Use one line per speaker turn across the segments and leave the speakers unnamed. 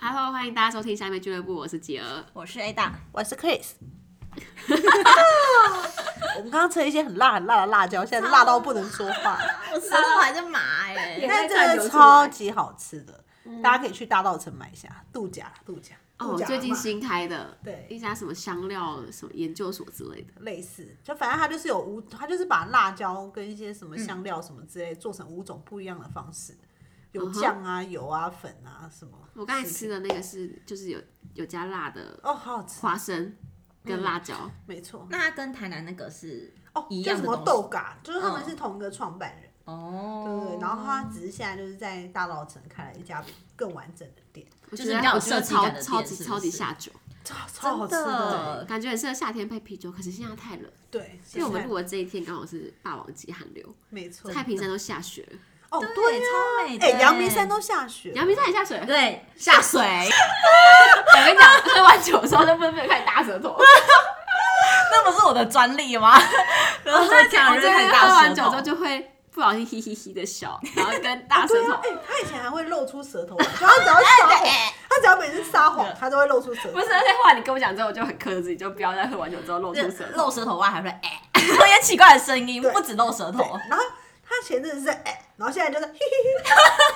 Hello，欢迎大家收听下面俱乐部，我是吉儿。
我是 A 大，
我是 Chris。我们刚刚吃了一些很辣很辣的辣椒，现在辣到不能说话，
我舌头还在麻哎、
也在
但真
看
的
流出
超
来嗯
级好吃的，大家可以去大稻城买一下，度假度假
哦，最近新开的，
对
一家什么香料什么研究所之类的。
类似，就反正它就是有五，它就是把辣椒跟一些什么香料什么之类做成五种不一样的方式，有
嗯哼
酱啊、油啊、粉啊什么。
我刚才吃的那个是，就是有有加辣的
哦，好好吃，
花生跟辣
嗯
椒，
没错。
那它跟台南那个是
哦，
一
就
样
什
的
么
东西
豆嘎，就是他们
嗯
是同一个创办人，
哦，
对对。然后他只是现在就是在大稻城开了一家更完整的店。
我觉
是
得
比较有
我觉得
设计感
超
的
超
店
级
是不
超级
是
下酒，
超超好吃
真的
的，欸
感觉很适合夏天配啤酒。可是现在太冷，
对，
因为我们
现
录
在
的这一天刚好是霸王级寒流，
没错，
太平山都下雪了，
哦
对
对啊，
超美的、欸
哎，阳明山都下雪，
阳明山也下雪。我
对下水，
跟你讲，喝完酒的时候就不能开始大舌头。
那不是我的专利吗？ 哦然后再讲
我
人
最
很
近
大
喝完
舌
酒之
头
后就会不小心嘻嘻嘻的笑，然后跟大舌
对啊
头，
哎，他以前还会露出舌头，就他只要撒谎，他只要每次撒谎，他都会露出舌
不
头
是，。那些话你跟我讲之后，我就很克制自己，就不要在喝完酒之后露出舌头。
露舌头外还会 哎，有些奇怪的声音，
对
不止露舌
对
头，
然后他前阵子是哎，然后现在就是嘿嘿嘿，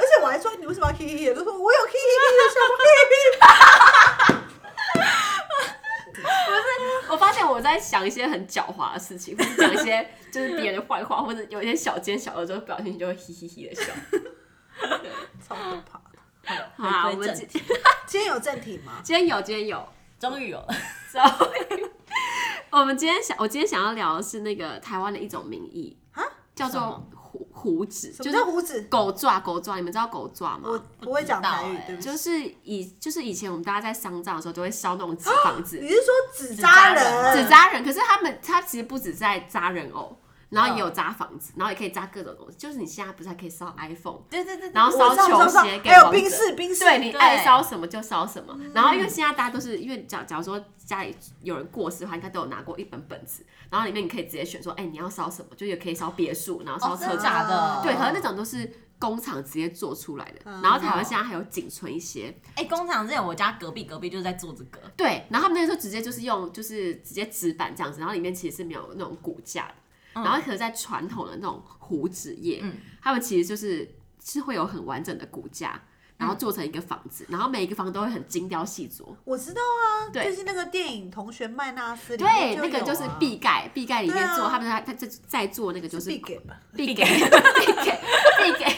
而且我还说你为什么要嘿嘿嘿，都说我有嘿嘿嘿的笑
我发现我在想一些很狡猾的事情，或者讲一些 就是别人的坏话，或者有一些小奸小恶之后，不小心就会嘻嘻嘻的笑。
话，超可怕的。
好啊，
回
我
归
们
正
今
今天有正题吗？
今天有，今天有，
终于有了，
之后我们今天想，我今天想要聊的是那个台湾的一种名义
啊，
叫
什
做
么
胡胡子，
什
就
么
是
叫胡子？
狗爪，狗爪，你们知道狗爪吗？
我不会讲台
不知
语
道，哎
对不起。
就是以就是以前我们大家在丧葬的时候都会烧那种纸房 子，
你是说纸扎
纸
只
人？
扎人，可是他们他其实不止在扎人偶，然
嗯
后也有扎房子，然后也可以扎各种东西。就是你现在不是还可以烧 iPhone，
对对对，对
然后
我
烧
知道
球
我知道
鞋给
还有
王者
冰室冰室，
对你
对嗯
爱烧什么就烧什么。然后因为现在大家都是因为假假如说家里有人过世的话，应该都有拿过一本本子，然后里面你可以直接选说，哎、你要烧什么，就也可以烧别墅，然后烧
哦，真
车
的
站。
假的？
对，可是那种都是工厂直接做出来的，
嗯
然后台湾现在还有仅存一些。
哎，工厂之前我家隔壁隔壁就是在做这个，
对，然后他们那个时候直接就是用就是直接纸板这样子，然后里面其实是没有那种骨架的，然后可能在传统的那种糊纸业，
嗯
他们其实就是是会有很完整的骨架。然后做成一个房子，然后每一个房都会很精雕细琢。
我知道啊，
对
就是那个电影《同学麦纳斯》里
对，
面
那个
有
就是
啊
壁盖，壁盖里面
对啊
做，他们他他在在做那个就是是
必给吧？
壁盖，壁盖，壁盖。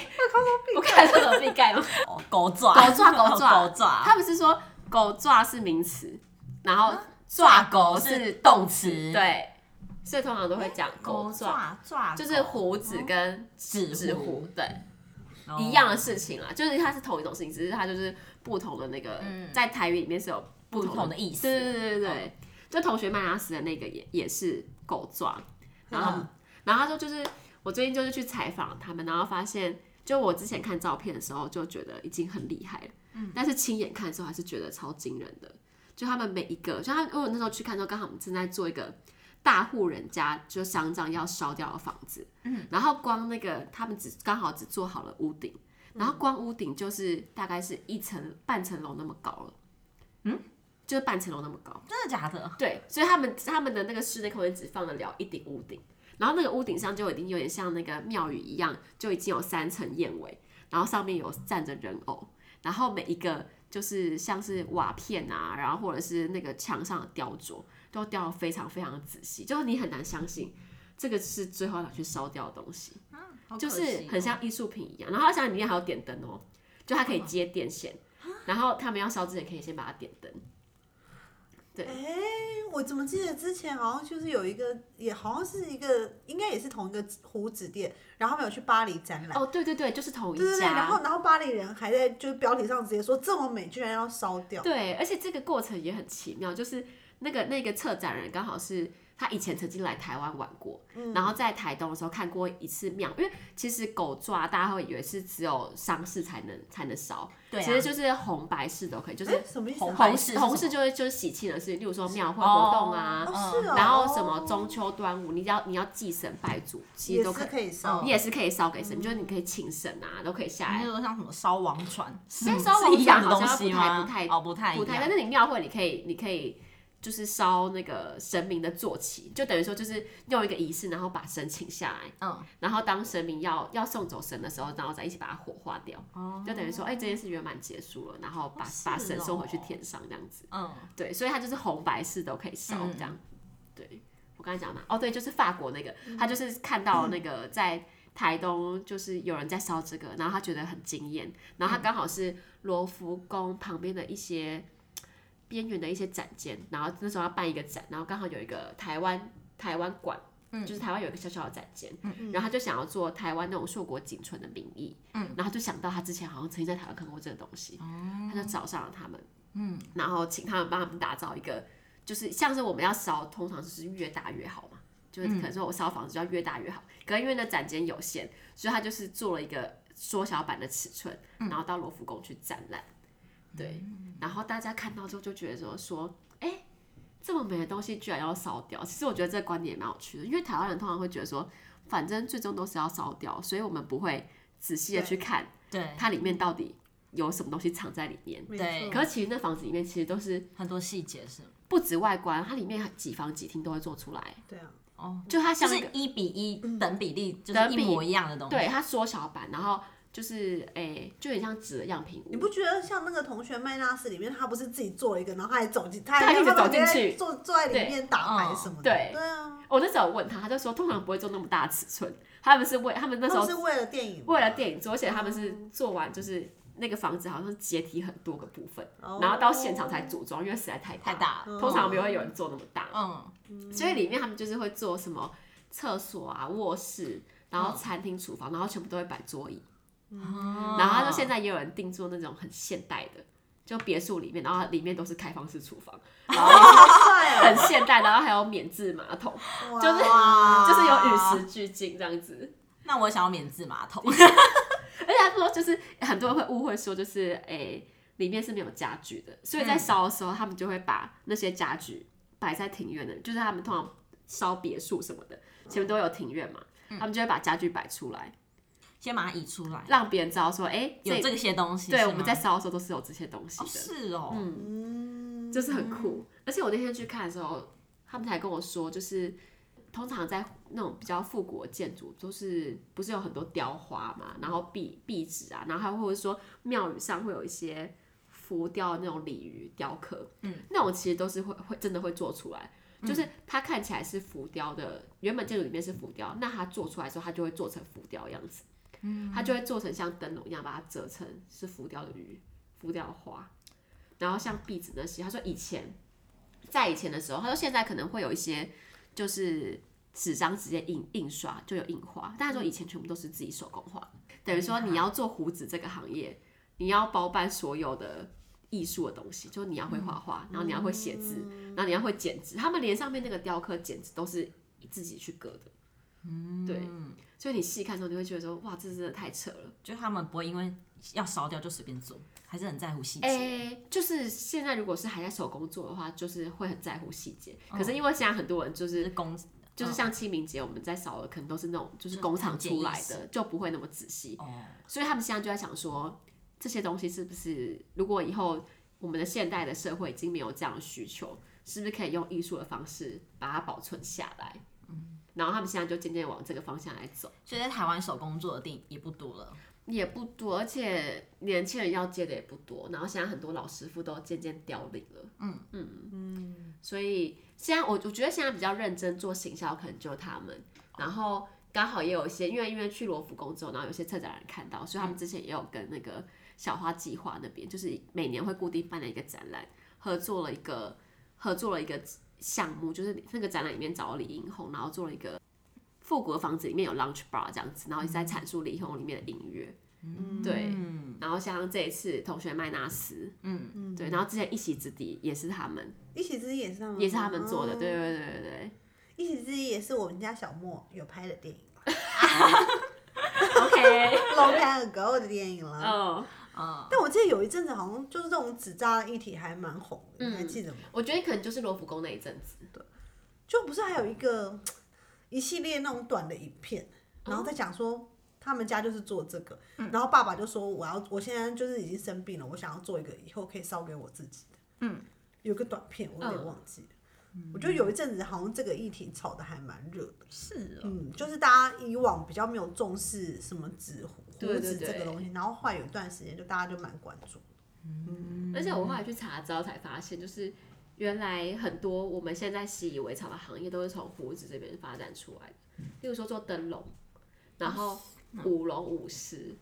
我看到有壁盖吗？
哦狗爪
狗爪，狗爪，
狗爪，
他们是说狗爪是名词，然后
爪
爪
狗
是
是
动
动
词，
词，，
对，所以通常都会讲狗
狗
爪，
爪哦爪
就是胡子跟
指
纸糊
哦糊，
对，
哦
一样的事情啦，就是它是同一种事情，只是它就是不同的那个，
嗯
在台语里面是有不
不同的意思哦
对对对对对，就同学麦拉斯的那个也也是狗爪，然后、
嗯
然后他说就是我最近就是去采访他们，然后发现就我之前看照片的时候就觉得已经很厉害了，但是亲眼看的时候还是觉得超惊人的。就他们每一个，就他们因为我那时候去看的时候，刚好我们正在做一个大户人家就乡长要烧掉的房子，嗯，然后光那个他们只刚好只做好了屋顶，然后光屋顶就是大概是一层半层楼那么高了，嗯，就是半层楼那么高，
真的假的？
对，所以他们他们的那个室内空间只放得了一顶屋顶，然后那个屋顶上就已经有点像那个庙宇一样，就已经有三层燕尾，然后上面有站着人偶，然后每一个就是像是瓦片啊，然后或者是那个墙上的雕琢，都雕得非常非常的仔细，就是你很难相信这个是最后拿去烧掉的东西。就是
哦
很
哦
像艺术品一样。然后它像里面还有点灯哦，就它可以接电线，
啊
然后他们要烧之前可以先把它点灯。对
哎、我怎么记得之前好像就是有一个，也好像是一个，应该也是同一个胡子店，然后他们有去巴黎展览。
哦，对对对，就是同一
啊对对对，然
家。
后然后巴黎人还在就是标题上直接说这么美居然要烧掉，
对，而且这个过程也很奇妙，就是那个那个策展人刚好是他以前曾经来台湾玩过，然后在台东的时候看过一次庙，因为其实狗抓大家会以为是只有丧事才能才能烧，
对啊
其实就是红白事都可以，就是
哎，什么意思啊？
红
红
白
事
事是
红
什
事
么
就是就是喜庆的事，例如说庙会活动啊，
哦，是哦。
然后什么中秋端午，你只要你要祭神拜祖，其实
也是
都可以，
可以烧
嗯
你也是可以烧给神，就是你可以请神啊，都可以下来
还有像什么烧王 船，是
烧
是
王
一样
船好
的东
像
西
不太
吗？
不太
哦，不太一
不太，但
样。
是你庙会你可以，你可以就是烧那个神明的坐骑，就等于说就是用一个仪式，然后把神请下来，
嗯，
然后当神明要要送走神的时候，然后再一起把它火化掉，就等于说哎、这件事圆满结束了，然后把、
哦是
把神送回去
哦
天上这样子，
嗯，
对，所以它就是红白事都可以烧
嗯
这样，对我刚才讲嘛，哦对，就是法国那个，他就是看到那个在。台东就是有人在烧这个，然后他觉得很惊艳，然后他刚好是罗浮宫旁边的一些边缘的一些展间，然后那时候要办一个展，然后刚好有一个台湾台湾馆，就是台湾有一个小小的展间，
嗯
然后他就想要做台湾那种硕果仅存的名义，然后他就想到他之前好像曾经在台湾看过这个东西，他就找上了他们，嗯，然后请他们帮他们打造一个，就是像是我们要烧，通常就是越大越好嘛。就是可能说我烧房子就要越大越好，可是因为呢展间有限，所以他就是做了一个缩小版的尺寸，然后到罗浮宫去展览。对，然后大家看到之后就觉得说说，哎、这么美的东西居然要烧掉。其实我觉得这个观点也蛮有趣的，因为台湾人通常会觉得说，反正最终都是要烧掉，所以我们不会仔细的去看
对，
它里面到底有什么东西藏在里面。
没
对
错
可是其实那房子里面其实都是
很多细节是
不止外观，它里面几房几厅都会做出来，
对啊，
哦，
就它
就
像
是
一个嗯
一比一等比例，就是
等
一
比
模一样的东西。
对它缩小版，然后就是哎、就很像纸的样品屋。
你不觉得像那个同学麦纳斯里面，他不是自己做了一个，然后他还走进，他
他一直走
他
进去嗯
还坐坐在里面打牌什么的，
对哦
对啊，
我那时候问他，他就说通常不会做那么大的尺寸，他们是为他们那时
他
候
哦们是为了电影，
为了电影做，而且他们是做完就是那个房子好像是解体很多个部分，
哦
然后到现场才组装，因为实在太
太大了。
通常不会有人做那么大，
嗯，
所以里面他们就是会做什么厕所啊、卧室，然后餐厅、厨房，然后全部都会摆桌椅，嗯
哦
然后他
嗯
就现在也有人定做那种很现代的。就别墅里面，然后里面都是开放式厨房，然后 也
哦好帅
是很现代，然后还有免治马桶，
哦，
就是
哇
就是有与时俱进这样子。
那我想要免治马桶。
而且他说，就是很多人会误会说，就是诶、里面是没有家具的，所以在烧的时候，他们就会把那些家具摆在庭院的，就是他们通常烧别墅什么的，前面都会有庭院嘛，
嗯
他们就会把家具摆出来，
先把它移出来，
让别人知道说，诶，
有
这
这些东西。
对
是吗
我们在烧的时候都是有这些东西
哦，
的，
是哦，
嗯，
就是很酷。而且我那天去看的时候，他们才跟我说，就是通常在那种比较复古的建筑，都是不是有很多雕花嘛，然后壁壁纸啊，然后还或者说庙宇上会有一些浮雕那种鲤鱼雕刻，嗯，那种其实都是会会真的会做出来。就是它看起来是浮雕的，原本建筑里面是浮雕，那它做出来之后，它就会做成浮雕样子，嗯，它就会做成像灯笼一样，把它折成是浮雕的鱼、浮雕的花，然后像壁纸那些，他说以前在以前的时候，他说现在可能会有一些就是纸张直接印印刷就有印花，但他说以前全部都是自己手工画，等于说你要做胡子这个行业，你要包办所有的艺术的东西，就是你要会画画，然后你要会写字，然后你要会剪纸，他们连上面那个雕刻剪纸都是自己去割的，嗯，对，所以你细看的时候，你会觉得说哇，这真的太扯了。
就他们不会因为要烧掉就随便做，还是很在乎细节。
诶、就是现在如果是还在手工做的话，就是会很在乎细节。可是因为现在很多人就是、
就是工，
就是像清明节我们在烧的，可能都是那种嗯就是工厂出来
就是很
的，就不会那么仔细。
哦，
所以他们现在就在想说，这些东西是不是如果以后我们的现代的社会已经没有这样的需求，是不是可以用艺术的方式把它保存下来？嗯，然后他们现在就渐渐往这个方向来走。
所以在台湾手工做的店也不多了。
也不多，而且年轻人要接的也不多，然后现在很多老师傅都渐渐凋零了。嗯嗯嗯，所以现在我我觉得现在比较认真做行销，可能就是他们，然后刚好也有一些，因为因为去罗浮宫之后，然后有些策展人看到，所以他们之前也有跟那个小花计划那边，就是每年会固定办的一个展览，合作了一个合作了一个项目，就是那个展览里面找了李英红，然后做了一个复古的房子，里面有 lounge bar 这样子，然后一直在阐述李英红里面的音乐。
嗯
嗯
对，然后像这一次同学麦纳斯，嗯，对，然后之前一席之地也是他们，
一起之间也是他们，
也是他们做的，
哦
对对对对对，
一起之一也是我们家小莫有拍的电影 吧
OK，
，Long Time Ago 的电影了。
哦，
嗯，
但我记得有一阵子好像就是这种纸扎的议题还蛮红的，
嗯
你还记得吗？
我觉得可能就是罗浮宫那一阵子，
就不是还有一个一系列那种短的影片，然后在讲说他们家就是做这个，然后爸爸就说我要我现在就是已经生病了，我想要做一个以后可以烧给我自己的。
嗯，
有个短片我有点
嗯
忘记了。我觉得有一阵子好像这个议题炒得还蛮热的，
是哦，
嗯，就是大家以往比较没有重视什么纸胡
对对
胡子这个
对
东西，然后后来有一段时间就大家就蛮关注，
而且我后来去查资料才发现，就是原来很多我们现在习以为常的行业都是从胡子这边发展出来的，例如说做灯笼，然后舞龙舞狮，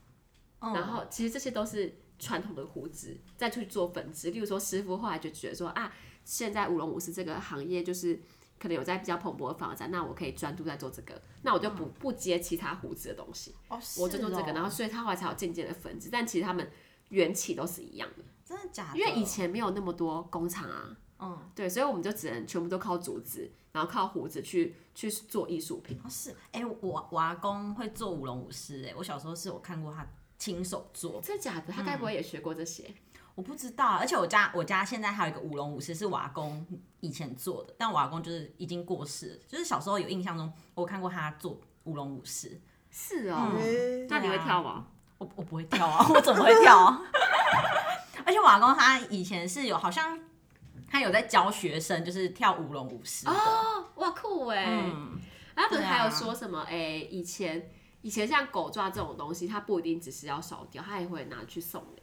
嗯
然后其实这些都是传统的胡子，再去做粉织。例如说，师傅后来就觉得说啊，现在舞龙舞狮这个行业就是可能有在比较蓬勃的发展，那我可以专注在做这个，那我就不不接其他胡子的东西，
哦，
我就做这
是
个，
哦
然后所以他后来才有渐渐的分支，但其实他们缘起都是一样的，
真的假的？
因为以前没有那么多工厂啊，
嗯，
对，所以我们就只能全部都靠竹子，然后靠胡子去去做艺术品。
哦是，哎、我我阿公会做舞龙舞狮，哎，我小时候是我看过他亲手做，
真的假的？他该不会也学过这些？
我不知道，而且我家我家现在还有一个舞龙舞狮是我阿公以前做的，但我阿公就是已经过世了，就是小时候有印象中我看过他做舞龙舞狮，
是哦，
诶
那你会
对啊
跳吗？
我我不会跳啊，我怎么会跳、啊？ 而且我阿公他以前是有好像他有在教学生就是跳舞龙舞狮的，
哦，哇酷哎！
嗯，
他不是
对啊
还有说什么？哎、以前以前像狗抓这种东西，它不一定只是要烧掉，它也会拿去送礼。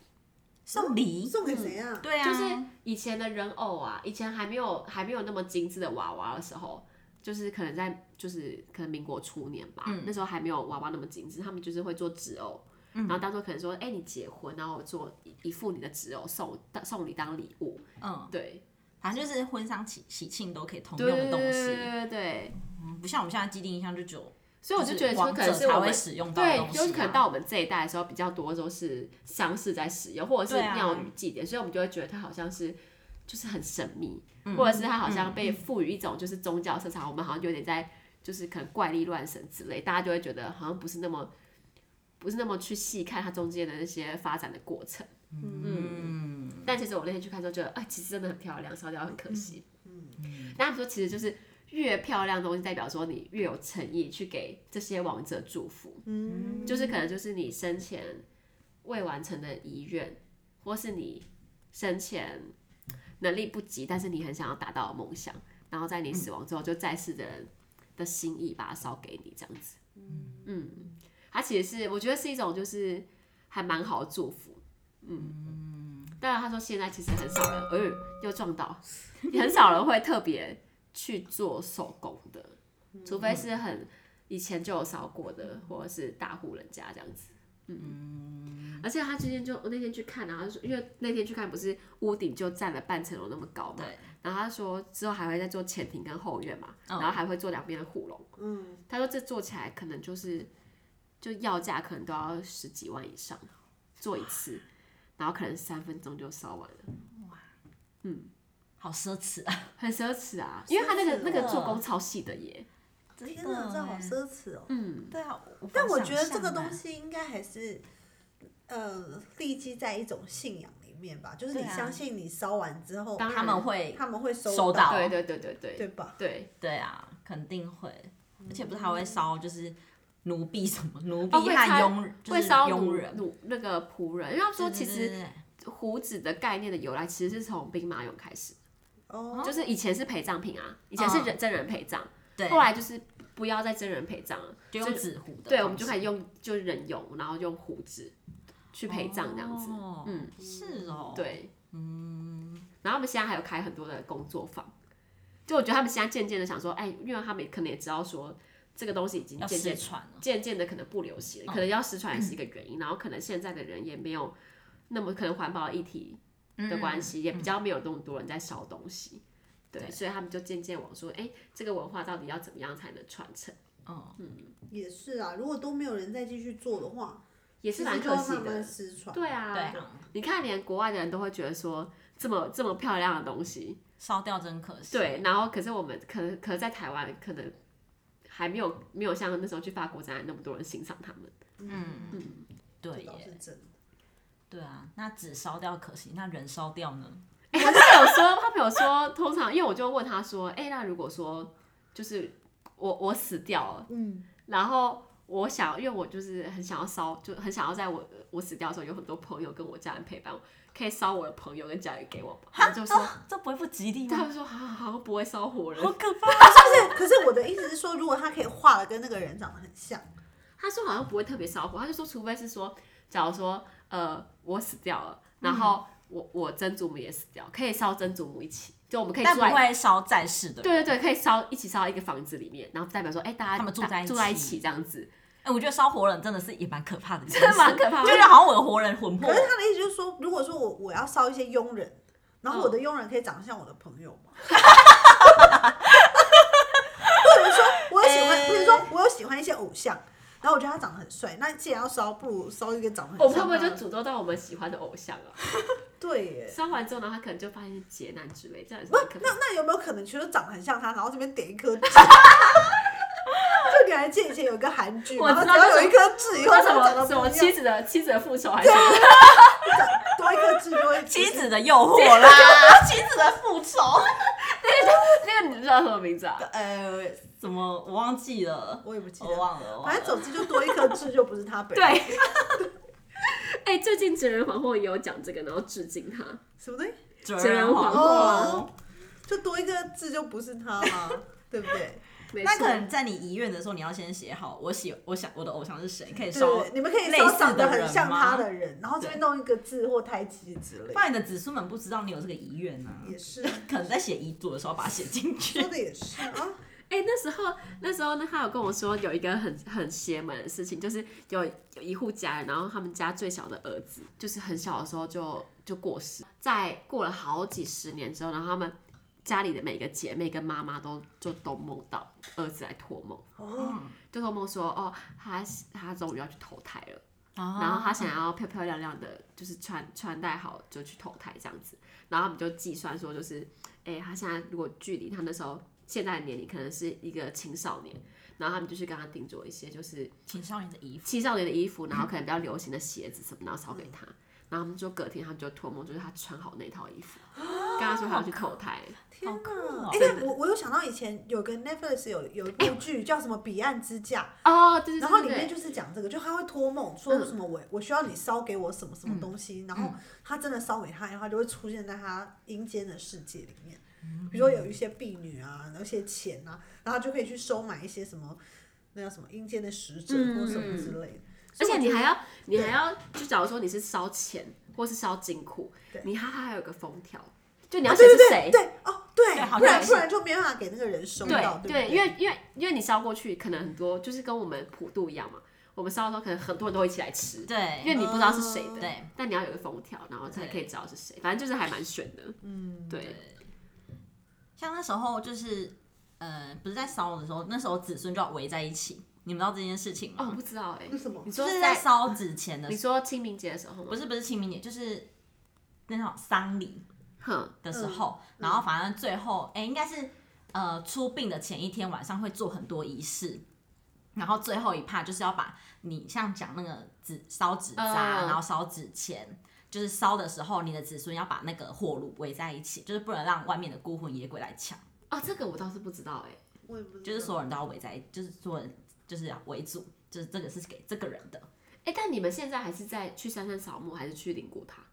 送礼，
送给谁啊？
对啊，
就是以前的人偶啊，以前还没有还没有那么精致的娃娃的时候，就是可能在就是可能民国初年吧，
嗯
那时候还没有娃娃那么精致，他们就是会做纸偶。
嗯
然后当做可能说，哎、你结婚，然后我做一一副你的纸偶送当送你当礼物，
嗯，
对，
反正就是婚丧喜喜庆都可以通用
对对
的
对
东
对
西，
对对对，
嗯不像我们现在既定印象就只有，
所以我就觉得说，
王
可能
者
是
才
我
会
们
使用到的
对，
东西、啊，
就是可能到我们这一代的时候，比较多都是丧事在使用，或者是
对啊
庙宇祭典，所以我们就会觉得它好像是就是很神秘，
嗯
或者是它好像被赋予一种就是宗教色彩，我们好像有点在就是可能怪力乱神之类，大家就会觉得好像不是那么不是那么去细看它中间的那些发展的过程。嗯，但其实我那天去看之后觉得，哎，其实真的很漂亮，烧掉很可惜。嗯，但他们说其实就是越漂亮的东西，代表说你越有诚意去给这些王者祝福。
嗯，
就是可能就是你生前未完成的遗愿，或是你生前能力不及，但是你很想要达到的梦想，然后在你死亡之后，就在世的人的心意把它烧给你，这样子。嗯，它其实是我觉得是一种就是还蛮好的祝福。嗯，当然他说现在其实很少人，哎呦、又撞到，很少人会特别去做手工的，除非是很以前就有烧过的，或者是大户人家这样子。嗯，而且他之前就我那天去看，然啊后他就说因为那天去看不是屋顶就占了半层楼那么高嘛，
对，
然后他说之后还会再做前庭跟后院嘛，
嗯
然后还会做两边的护笼。嗯，他说这做起来可能就是就要价可能都要十几万以上做一次，然后可能三分钟就烧完了，
好奢侈啊，
很奢侈啊，因为他那
奢侈哦
个那个
了
做工超细的耶。
天哪，这好
耶
奢侈哦。
对啊，无法
但我觉得这
想
个
象
东
欸，
西应该还是，呃，立基在一种信仰里面吧，就是你
对啊
相信你烧完之后，
当然
他们会，
他们会收
收到
对对对对对
对吧？
对，
对啊，肯定会，而且不是还会烧就是奴婢什么奴婢
嗯哦会
和
烧
佣人，就
会
是
烧
佣
奴
人，
奴那个仆人，因为他们说其
对
实
对对
胡子的概念的由来其实是从兵马俑开始，
哦，
就是以前是陪葬品啊，以前是人真人陪葬，
嗯对
后来就是不要再真人陪葬了，
就用纸糊的方式，
对，我们就开始用就是人俑，然后用胡子去陪葬这样子，
哦
嗯，
是哦，，
对，嗯，然后他们现在还有开很多的工作坊，就我觉得他们现在渐渐的想说，哎，因为他们可能也知道说这个东西已经
要
渐渐
失传了，
渐渐的可能不流行了，可能要失传也是一个原因，然后可能现在的人也没有那么可能环保议题的关系，也比较没有那么多人在烧东西，嗯对，
对
所以他们就渐渐往说，哎、这个文化到底要怎么样才能传承？
嗯，
也是啊。如果都没有人再继续做的话，
也是蛮可惜
慢慢
的。
失传。
对啊，
对啊，
你看，连国外的人都会觉得说，这么这么漂亮的东西，
烧掉真可惜。
对，然后可是我们可能可能在台湾可能还没有没有像那时候去法国展览那么多人欣赏他们。
嗯这
对
倒是
耶，
真的。
对啊，那纸烧掉可惜，那人烧掉呢？
哎、他朋友说，他朋友说，通常因为我就问他说，哎、那如果说就是我我死掉了，
嗯，
然后我想，因为我就是很想要烧，就很想要在我我死掉的时候有很多朋友跟我家人陪伴我，可以烧我的朋友跟家人给我吗？他就说，
这不会不吉利
他
吗？
就说好好好像不会烧活人
好。可怕！
对，啊可是我的意思是说，如果他可以画的跟那个人长得很像，
他说好像不会特别烧火，他就说除非是说，假如说呃我死掉了，然后我我曾祖母也死掉，可以烧曾祖母一起，就我们可以
但
住
不
在
会烧在世的。
对对对，可以烧一起烧到一个房子里面，然后代表说，哎、大家
他们住
大
在一
住在一
起
起这样 子，
哎，我觉得烧活人真的是也蛮可怕的一件
真
事，
的 蛮可怕的
就是好像我的活人 魂魄
可是他的意思就是说，如果说我我要烧一些佣人，然后我的
嗯
佣人可以长得像我的朋友 吗？或者说，我有喜欢，
呃
欸
或者说我有喜欢一些偶像，然后我觉得他长得很帅，那既然要烧，不如烧一个长得
我
很
们会不
像。
会就诅咒到我们喜欢的偶像啊？
对耶。
烧完之后呢，他可能就发现劫难之类，这样也是
不
蛮
是，
可
那
怕的。
那有没有可能，其实长得很像他，然后这边点 一颗痣？就你还记得以前有一个韩剧吗，
我
然
知
后
道
只要有一颗痣，以后
那
就
什
长得
么
不
什么
一
妻
样
子的妻子的复仇 还是什么？
多一颗痣就会
妻子的诱惑啦，妻子的复仇。
那个你知道什么名字啊？
呃，怎么我忘记了？
我也不记得
我忘了，我忘
反
了
正总之就多一颗痣就不是他 本
对
人。，
哎、最近哲人皇后也有讲这个，然后致敬他。
什么东西？
哲人皇
哦
啊
后。
就多一个字就不是他 啦，对不对？
没
那
错
可，能在你遗愿的时候，你要先写好，我喜我想我的偶像是谁，可以
对
烧
对，，你们可以
类
稍
似
长得
的
很
人
像他
吗
的人，然后这边弄一个字或胎记之类
不。然你的子孙们不知道你有这个遗愿呢。
也是，
可能在写遗嘱的时候把它写进
说
去。
的 也是啊，
哎、那时候那时候呢，他有跟我说有一个很很邪门的事情，就是有有一户家人，然后他们家最小的儿子，就是很小的时候就就过世，在过了好几十年之后，然后他们家里的每个姐妹跟妈妈都就都梦到儿子来托梦，
哦，
嗯
就托梦说哦，他他终于要去投胎了。然
然
后他
哦
想要漂漂亮亮的，就是穿穿戴好就去投胎这样子。然后他们就计算说，就是，哎、他现在如果距离他那时候现在的年龄可能是一个青少年，然后他们就去跟他定做一些就是
青少年的遗
青少年的衣服，然后可能比较流行的鞋子什么，然后烧给他。
嗯
然后他们就隔天他们就托梦，就是他穿好那套衣服，
啊
跟他说他要去投胎。
天
好酷
哪！
哦
哎，但我我有想到以前有个 Netflix 有有一部剧叫什么《彼岸之架》，
哦，对对对对
然后里
对嗯
面就是讲这个，就他会托梦说什么我我需要你烧给我什么什么东西，然后他真的烧给他，然后他就会出现在他阴间的世界里面。
嗯
比如说有一些婢女啊，有一些钱啊，然后他就可以去收买一些什么那叫什么阴间的使者或什么之类的。
嗯而且你还要，你
对
还要，就假如说你是烧钱或是烧金库
对，
你还还有个封条，就你要写
对
是
对对
谁。
对哦对
对，好
不然
像也
不
是
然就没办法给那个人收到，不
对，因为因为因为你烧过去，可能很多就是跟我们普渡一样嘛，我们烧的时候可能很多人都一起来吃，
对，
因为你不知道是谁的，
嗯对
但你要有个封条，然后才可以知道是谁，反正就是还蛮悬的，嗯，对，
像那时候就是呃，不是在烧的时候，那时候子孙就要围在一起。你们知道这件事情
哦，我
吗？
不知道哎、
为什么
你说
就是在
在
烧纸钱的
你，说清明节的时候吗？
不是不是清明节，就是那种丧礼
哼，
的时候，然后反正最后哎、应该是呃出殡的前一天晚上会做很多仪式。然后最后一趴就是要把你像讲那个纸烧纸扎，
嗯
然后烧纸钱，就是烧的时候，你的子孙要把那个火炉围在一起，就是不能让外面的孤魂野鬼来抢。
哦，这个我倒是不知道哎、
我也不知道
就是所有人都要围在，就是所有人就是要围住，就是这个是给这个人的。
哎、但你们现在还是在去山上扫墓，还是去灵骨塔？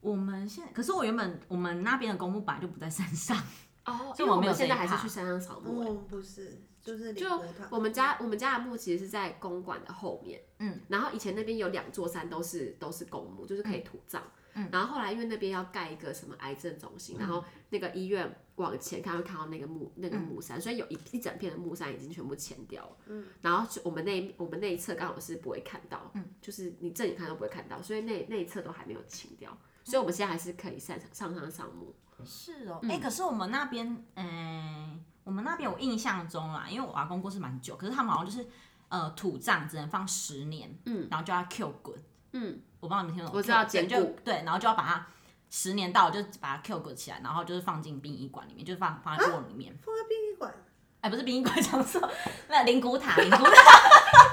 我们现在，可是我原本我们那边的公墓本来就不在山上，
哦，
所
因
以
为
我
我
没有
们现在
这
还
一趴嗯
是去山上扫墓、
我
欸。
们哦不是就是
就
灵骨塔
我们家我们家的墓其实是在公馆的后面，
嗯，
然后以前那边有两座山都是都是公墓，就是可以土葬，
嗯，
然后后来因为那边要盖一个什么癌症中心，然后那个医院往前看会看到那个墓那个墓
嗯
山，所以有一一整片的墓山已经全部迁掉了，嗯，然后就我们那一我们那一侧刚好是不会看到，嗯，就是你正眼看都不会看到，所以那那一侧都还没有清掉，所以我们现在还是可以上上上上墓，
是哦，哎、可是我们那边，嗯、我们那边我印象中啦，因为我阿公过世蛮久，可是他们好像就是呃土葬只能放十年，嗯，然后就要 Q 滚，嗯，我不知道你们听懂，
我知道
Q- 对
捡
就
骨
对，然后就要把它十年到就把它 Q 滚起来，然后就是放进殡仪馆里面，就是放放在锅里
啊
面，
放在殡仪馆，
哎、不是殡仪馆，讲错，那灵骨塔，灵 骨塔，
啊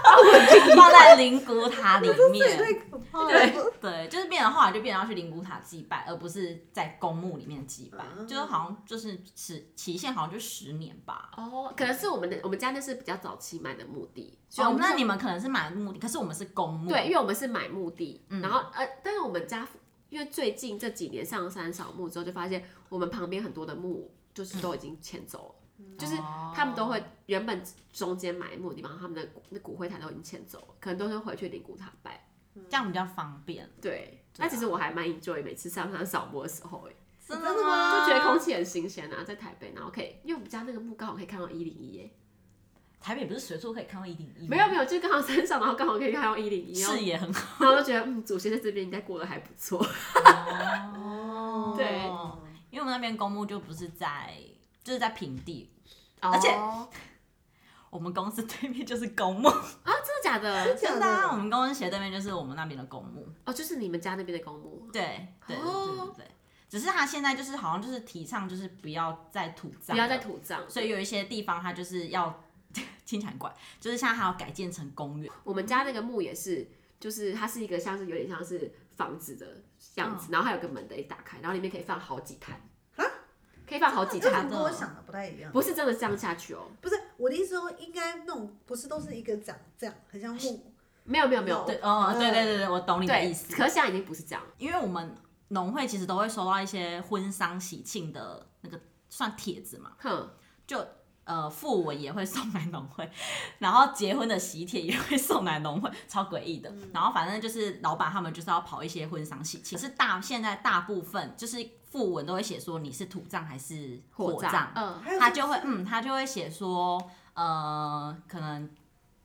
放在灵骨 塔里
这也
面，
太可怕了。
对，就是变成后来就变成要去灵骨塔祭拜，而不是在公墓里面祭拜，
嗯
就是好像就是期期限好像就十年吧。
哦，可能是我们的我们家那是比较早期买的墓地，所以我
哦，
们
那你们可能是买墓地，可是我们是公墓，
对，因，为我们是买墓地，然后呃，但是我们家附因为最近这几年上山扫墓之后，就发现我们旁边很多的墓就是都已经迁走了。就是他们都会原本中间埋墓的地方，他们的骨那骨灰坛都已经迁走了，可能都是回去灵骨塔拜。
这样比较方便。
对，那其实我还蛮 enjoy 每次上山扫墓的时候、欸，
真
真的
就
吗
吗？
觉得空气很新鲜啊，在台北，然后可以，因为我们家那个墓刚好可以看到一零一，哎，
台北不是随处可以看到一零一，
没有没有，就是刚好山上，然后刚好可以看到一零一，然后哦
视野很好。
然后就觉得嗯，祖先在这边应该过得还不错。
哦
对
因为我们那边公墓就不是在，就是在平地，
而
且
啊，
我们公司对面就是公墓，
真的假的？
真
真
的
的啊，
啊
我们公司斜对面就是我们那边的公墓。
哦，就是你们家那边的公墓。
对对对对
哦
对对，只是他现在就是好像就是提倡就是不要再土葬，
不要再，土葬，
所以有一些地方它就是要 听起来很怪，就是像它要改建成公园，
我们家那个墓也是，就是它是一个像是有点像是房子的样
嗯
子，然后还有个门的一打开，然后里面可以放好几坛，
啊
可以放好几
这怎
坛
么跟我想的不太一样？
不是真的这样下去哦，
不是我的意思说，应该那种不是都是一个长这样，很像木
没有没有没有，
对，哦，对对对对，我懂你的
对
意，思，
可是现在已经不是这样了，
因为我们农会其实都会收到一些婚丧喜庆的那个算帖子嘛，
哼，
就。呃，父文也会送来农会， 然后结婚的喜帖也会送来农会， 超诡异的。然后反正就是老板他们就是要跑一些婚丧喜庆，可是大现在大部分就是父文都会写说你是土葬还是火
葬
葬，，
嗯，
还有
他
这
就
个
会嗯，他就会写说呃，可能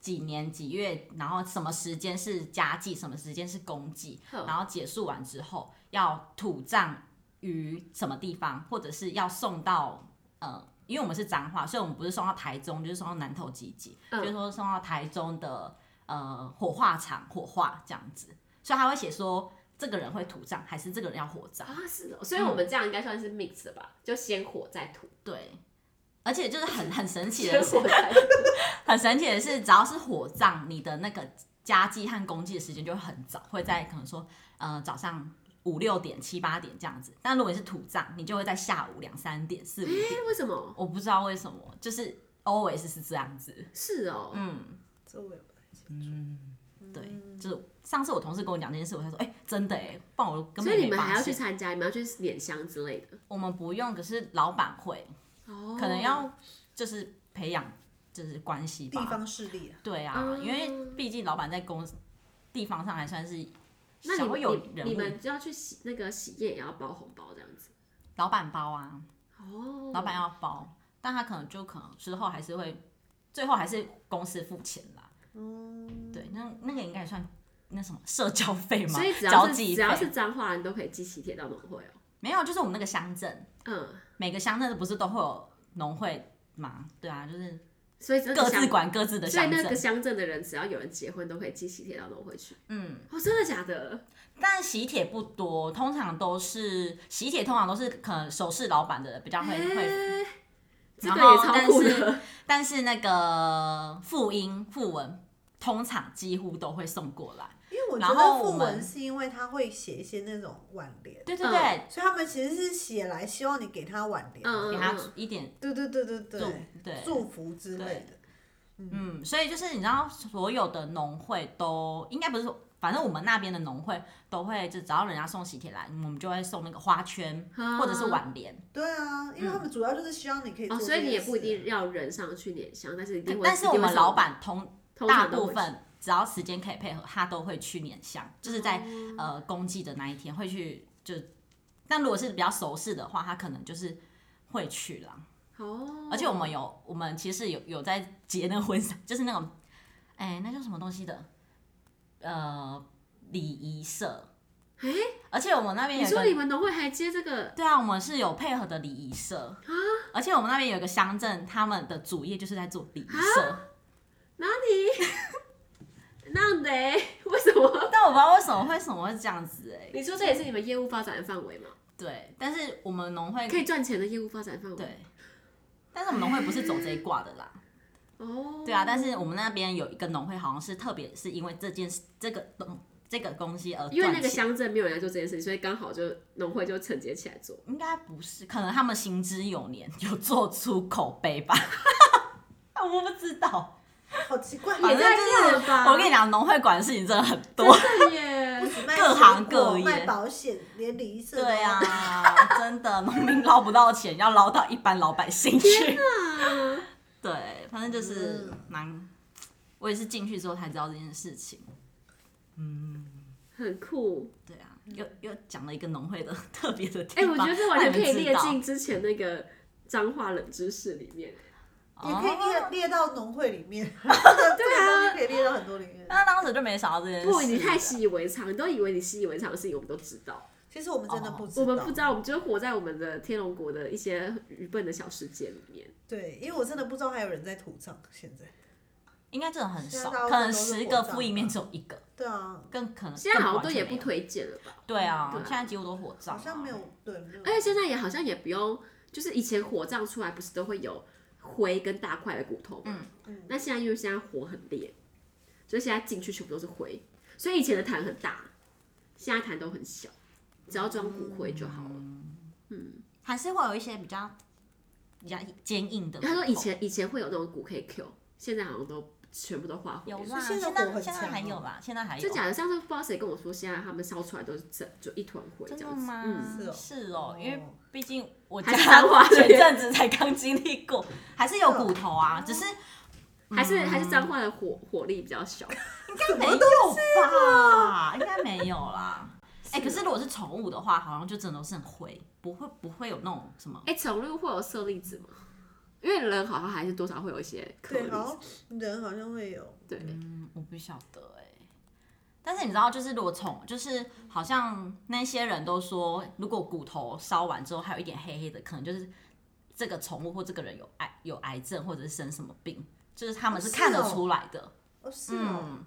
几年几月，然后什么时间是家祭，什么时间是公祭，
哼
然后结束完之后要土葬于什么地方，或者是要送到呃，因为我们是彰化，所以我们不是送到台中，就是送到南投集集，
嗯
就是说送到台中的呃火化场火化这样子，所以他会写说这个人会土葬，还是这个人要火葬，
啊是哦，所以我
嗯
们这样应该算是 mix 的吧，就先火再土，
对。而且就是很很神奇的
先
是，
火再土，
很神奇的是，只要是火葬，你的那个家祭和公祭的时间就会很早，会在可能说呃早上五六点、七八点这样子。但如果你是土葬，你就会在下午两三点、四五点。
哎，为什么？
我不知道为什么，就是 always 是这样子。
是哦，
嗯，
这我也不太清楚。嗯
对，就是上次我同事跟我讲这件事，我才说，哎、真的哎，不然我根本
所以你
没
们
发
还要去
现
参加，你们要去捻香之类的，
我们不用，可是老板会，
哦
可能要就是培养就是关系
地
吧。
方势力啊，
对啊，
嗯
因为毕竟老板在公司地方上还算是
那你
小
们
有
你
人
你
物
们，就要去喜那个喜宴，也要包红包这样子。
老板包啊，
哦，
老板要包，但他可能就可能之后还是会，最后还是公司付钱啦。
嗯，
对，那那个应该也算那什么社交费吗？
所以只要
交
是
际
只要
费
是彰化人都可以寄喜帖到农会哦。
没有，就是我们那个乡镇，
嗯，
每个乡镇不是都会有农会嘛？对啊，就是
所以这
各
个
自
乡，
管各自的
所以
乡
那个
镇。
乡镇的人只要有人结婚，都可以寄喜帖到农会去。
嗯，
哦，真的假 的？
但喜帖不多，通常都是喜帖，通常都是可能首饰老板的比较会会，
哎这
然
个
后
也超
但
酷
是
的。啊
但是那个复音复文通常几乎都会送过来。
因为我觉
然
得
后我
傅文
们
是因为他会写一些那种挽联，
对对
嗯
对，
所以他们其实是写来希望你给他挽联，啊
嗯
给
嗯
他一点
对对对对
祝
对，
对，
祝福之类的。
嗯，所以就是你知道，所有的农会都应该不是说，反正我们那边的农会都会，就只要人家送喜帖来，我们就会送那个花圈
啊
或者是挽联，
对啊，因为他
嗯
们主要就是希望你可以做
哦，
这
所以你也
件
不一
事
定要人上去捻香，但是一定会。
但是
一
我
定会
们
送
老板通
通
大
常都
部
会
分只要时间可以配合，他都会去捻香，就是在、
哦
呃公祭的那一天会去就，但如果是比较熟识的话，他可能就是会去啦。
哦，
而且我们有，我们其实有有在结那个婚纱，就是那种，哎、那叫什么东西的？呃，礼仪社。
哎
而且我们那边
你
有一
说你
个，
们农会还接这个
对啊，我们是有配合的礼仪社。
啊
而
啊
且我们那边有一个乡镇，他们的主业就是在做礼仪社。
哪里？那样的欸、 为什么？
但我不知道为什么会什么会这样子哎、
你说这也是你们业务发展的范围吗？
对，但是我们农会
可以赚钱的业务发展范围。
对，但是我们农会不是走这一挂的啦。
哦，
对啊，但是我们那边有一个农会，好像是特别是因为这件事、这个东、这个东西而
因为那
赚
个
钱。
乡镇没有人来做这件事情，所以刚好就农会就承接起来做。
应该不是，可能他们行之有年，有做出口碑吧。 我不知道，
好奇怪，
也太妙了吧！
我跟你讲，农会管的事情真的很多。
真的耶，
卖
各行
水
各
果
业
卖保险，连礼仪社都
对啊，真的，农民捞不到钱，要捞到一般老百姓去。对，反正就是
嗯
蛮，我也是进去之后才知道这件事情。
很酷。
对啊，又又讲了一个农会的 特别的地
嗯哎、我
方，
觉得这完全可以列
让你
进
们
之
知
前那个脏话冷知识里面。
道，
也可以
哦
列列到农会里 面，对啊，可以列到很多里面。
但当时就没想到这件事。
不，你太习以为常，你都以为你习以为常的事情我们都知道，
其实我们真的不知道，
哦我们不知道，我们就活在我们的天龙国的一些愚笨的小世界里面。
对，因为我真的不知道还有人在土葬，现在。
应该真的很少，
现在大部
可
分
能
都是
十
火
个
葬
复印
吧
面只有一个，
对啊，
更可能
现在好像
更
都
完
也
全
不
没有。
推荐了吧？
对啊
对啊，
现在几乎都火葬、
好像没有。对，没有
而且啊哎现在也好像也不用，就是以前火葬出来不是都会有灰跟大块的骨头吗？
嗯
那现在因为现在火很烈，所以现在进去全部都是灰，所以以前的坛很大，现在坛都很小，只要装骨灰就好了。
嗯还是会有一些比较比较坚硬的骨头。
他说以前以前会有那种骨可以 Q，现在好像都全部都化灰。
有啦，现
现在火
在
很
现在
强
还
哦
有啦，现在还有。
就假的，上次不知道谁跟我说，现在他们烧出来都是整就一团灰这
真的
样子。
吗？
嗯，
是哦
是哦，因为
哦
毕竟我
还
家
是脏话
前阵子才刚经历过，还是有骨头啊，
哦
只是
还是还是脏话的火火力比较小。
什
没
么
有
都
哎
啊
吧？应该没有啦。 哎、可是如果是宠物的话，好像就真的都是很灰，不会不会有那种什么。
哎，宠物会有舍利子吗？因为人好像还是多少会有一些颗
对，
粒。
好像人好像会有，
对，
嗯，我不晓得哎、但是你知道，就是如果宠，就是好像那些人都说，如果骨头烧完之后还有一点黑黑的，可能就是这个宠物或这个人有癌有癌症或者是生什么病，就是他们是
哦
看得
是哦
出来的。
哦是哦，
嗯，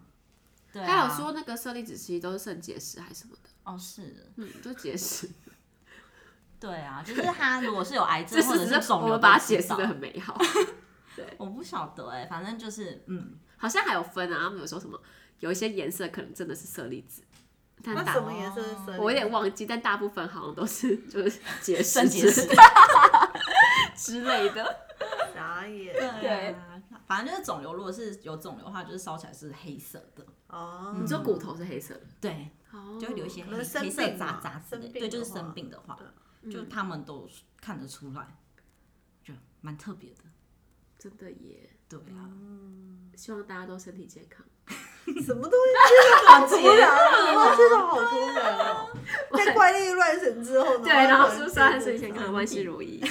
对、啊。
还有说那个舍利子其实都是肾结石还是什么的，
哦，是，
嗯，就结石。
对啊，就是他如果是有癌症
这
或者
是只是
肿
我
瘤都
们
知道，
把它解释的很美 好。
我不晓得哎、反正就是嗯，
好像还有分啊，他们有说什么，有一些颜色可能真的是舍利子，但
那
大
什么颜色是生？
嗯哦我有点忘记，但大部分好像都是 就是结石
肾结
之
石
之类的。
傻眼，
对
啊，反正就是肿瘤，如果是有肿瘤的话，就是烧起来是黑色的，
哦，
嗯你说骨头是黑色的，
对，
哦
就会留一些黑、
可能生
黑色
病嘛
渣渣之类
生
的，
病
对，
的
就是
话
生病的话，
对
就他们都看得出来，就蛮特别的，
真的耶。
对啊，
希望大家都身体健康。
什么东西？ 好突 然啊！这种好突然哦，在怪力乱神之后呢？
对，然后
突
说
间
三身体健康，万事如意，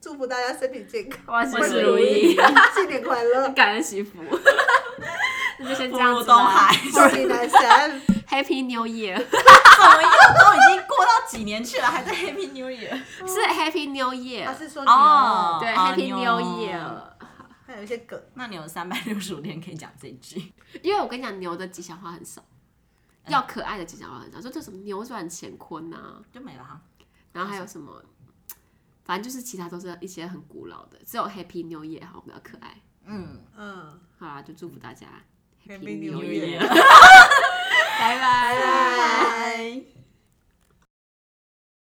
祝福大家身体健康，
万，
事如意，
新年快乐
感恩惜福。 那就先这样子
福如东
吧
海。
寿比南山。
Happy New Year，
怎么样？都已经过到几年去了，还在 Happy New Year？
是 Happy New
他
Year，
是说
哦
哦，
对
哦
Happy
New
啊 New Year。
还有一些梗，
那你有三百六十五天可以讲这一句，
因为我跟你讲，牛的吉祥话很少，要可爱的吉祥话很少，说这什么扭转乾坤啊，
就没了哈。
然后还有什么，反正就是其他都是一些很古老的，只有 Happy New Year 好像比较可爱。
嗯
嗯
好啦，就祝福大家
Happy New
New
Year
Year 拜拜。
拜。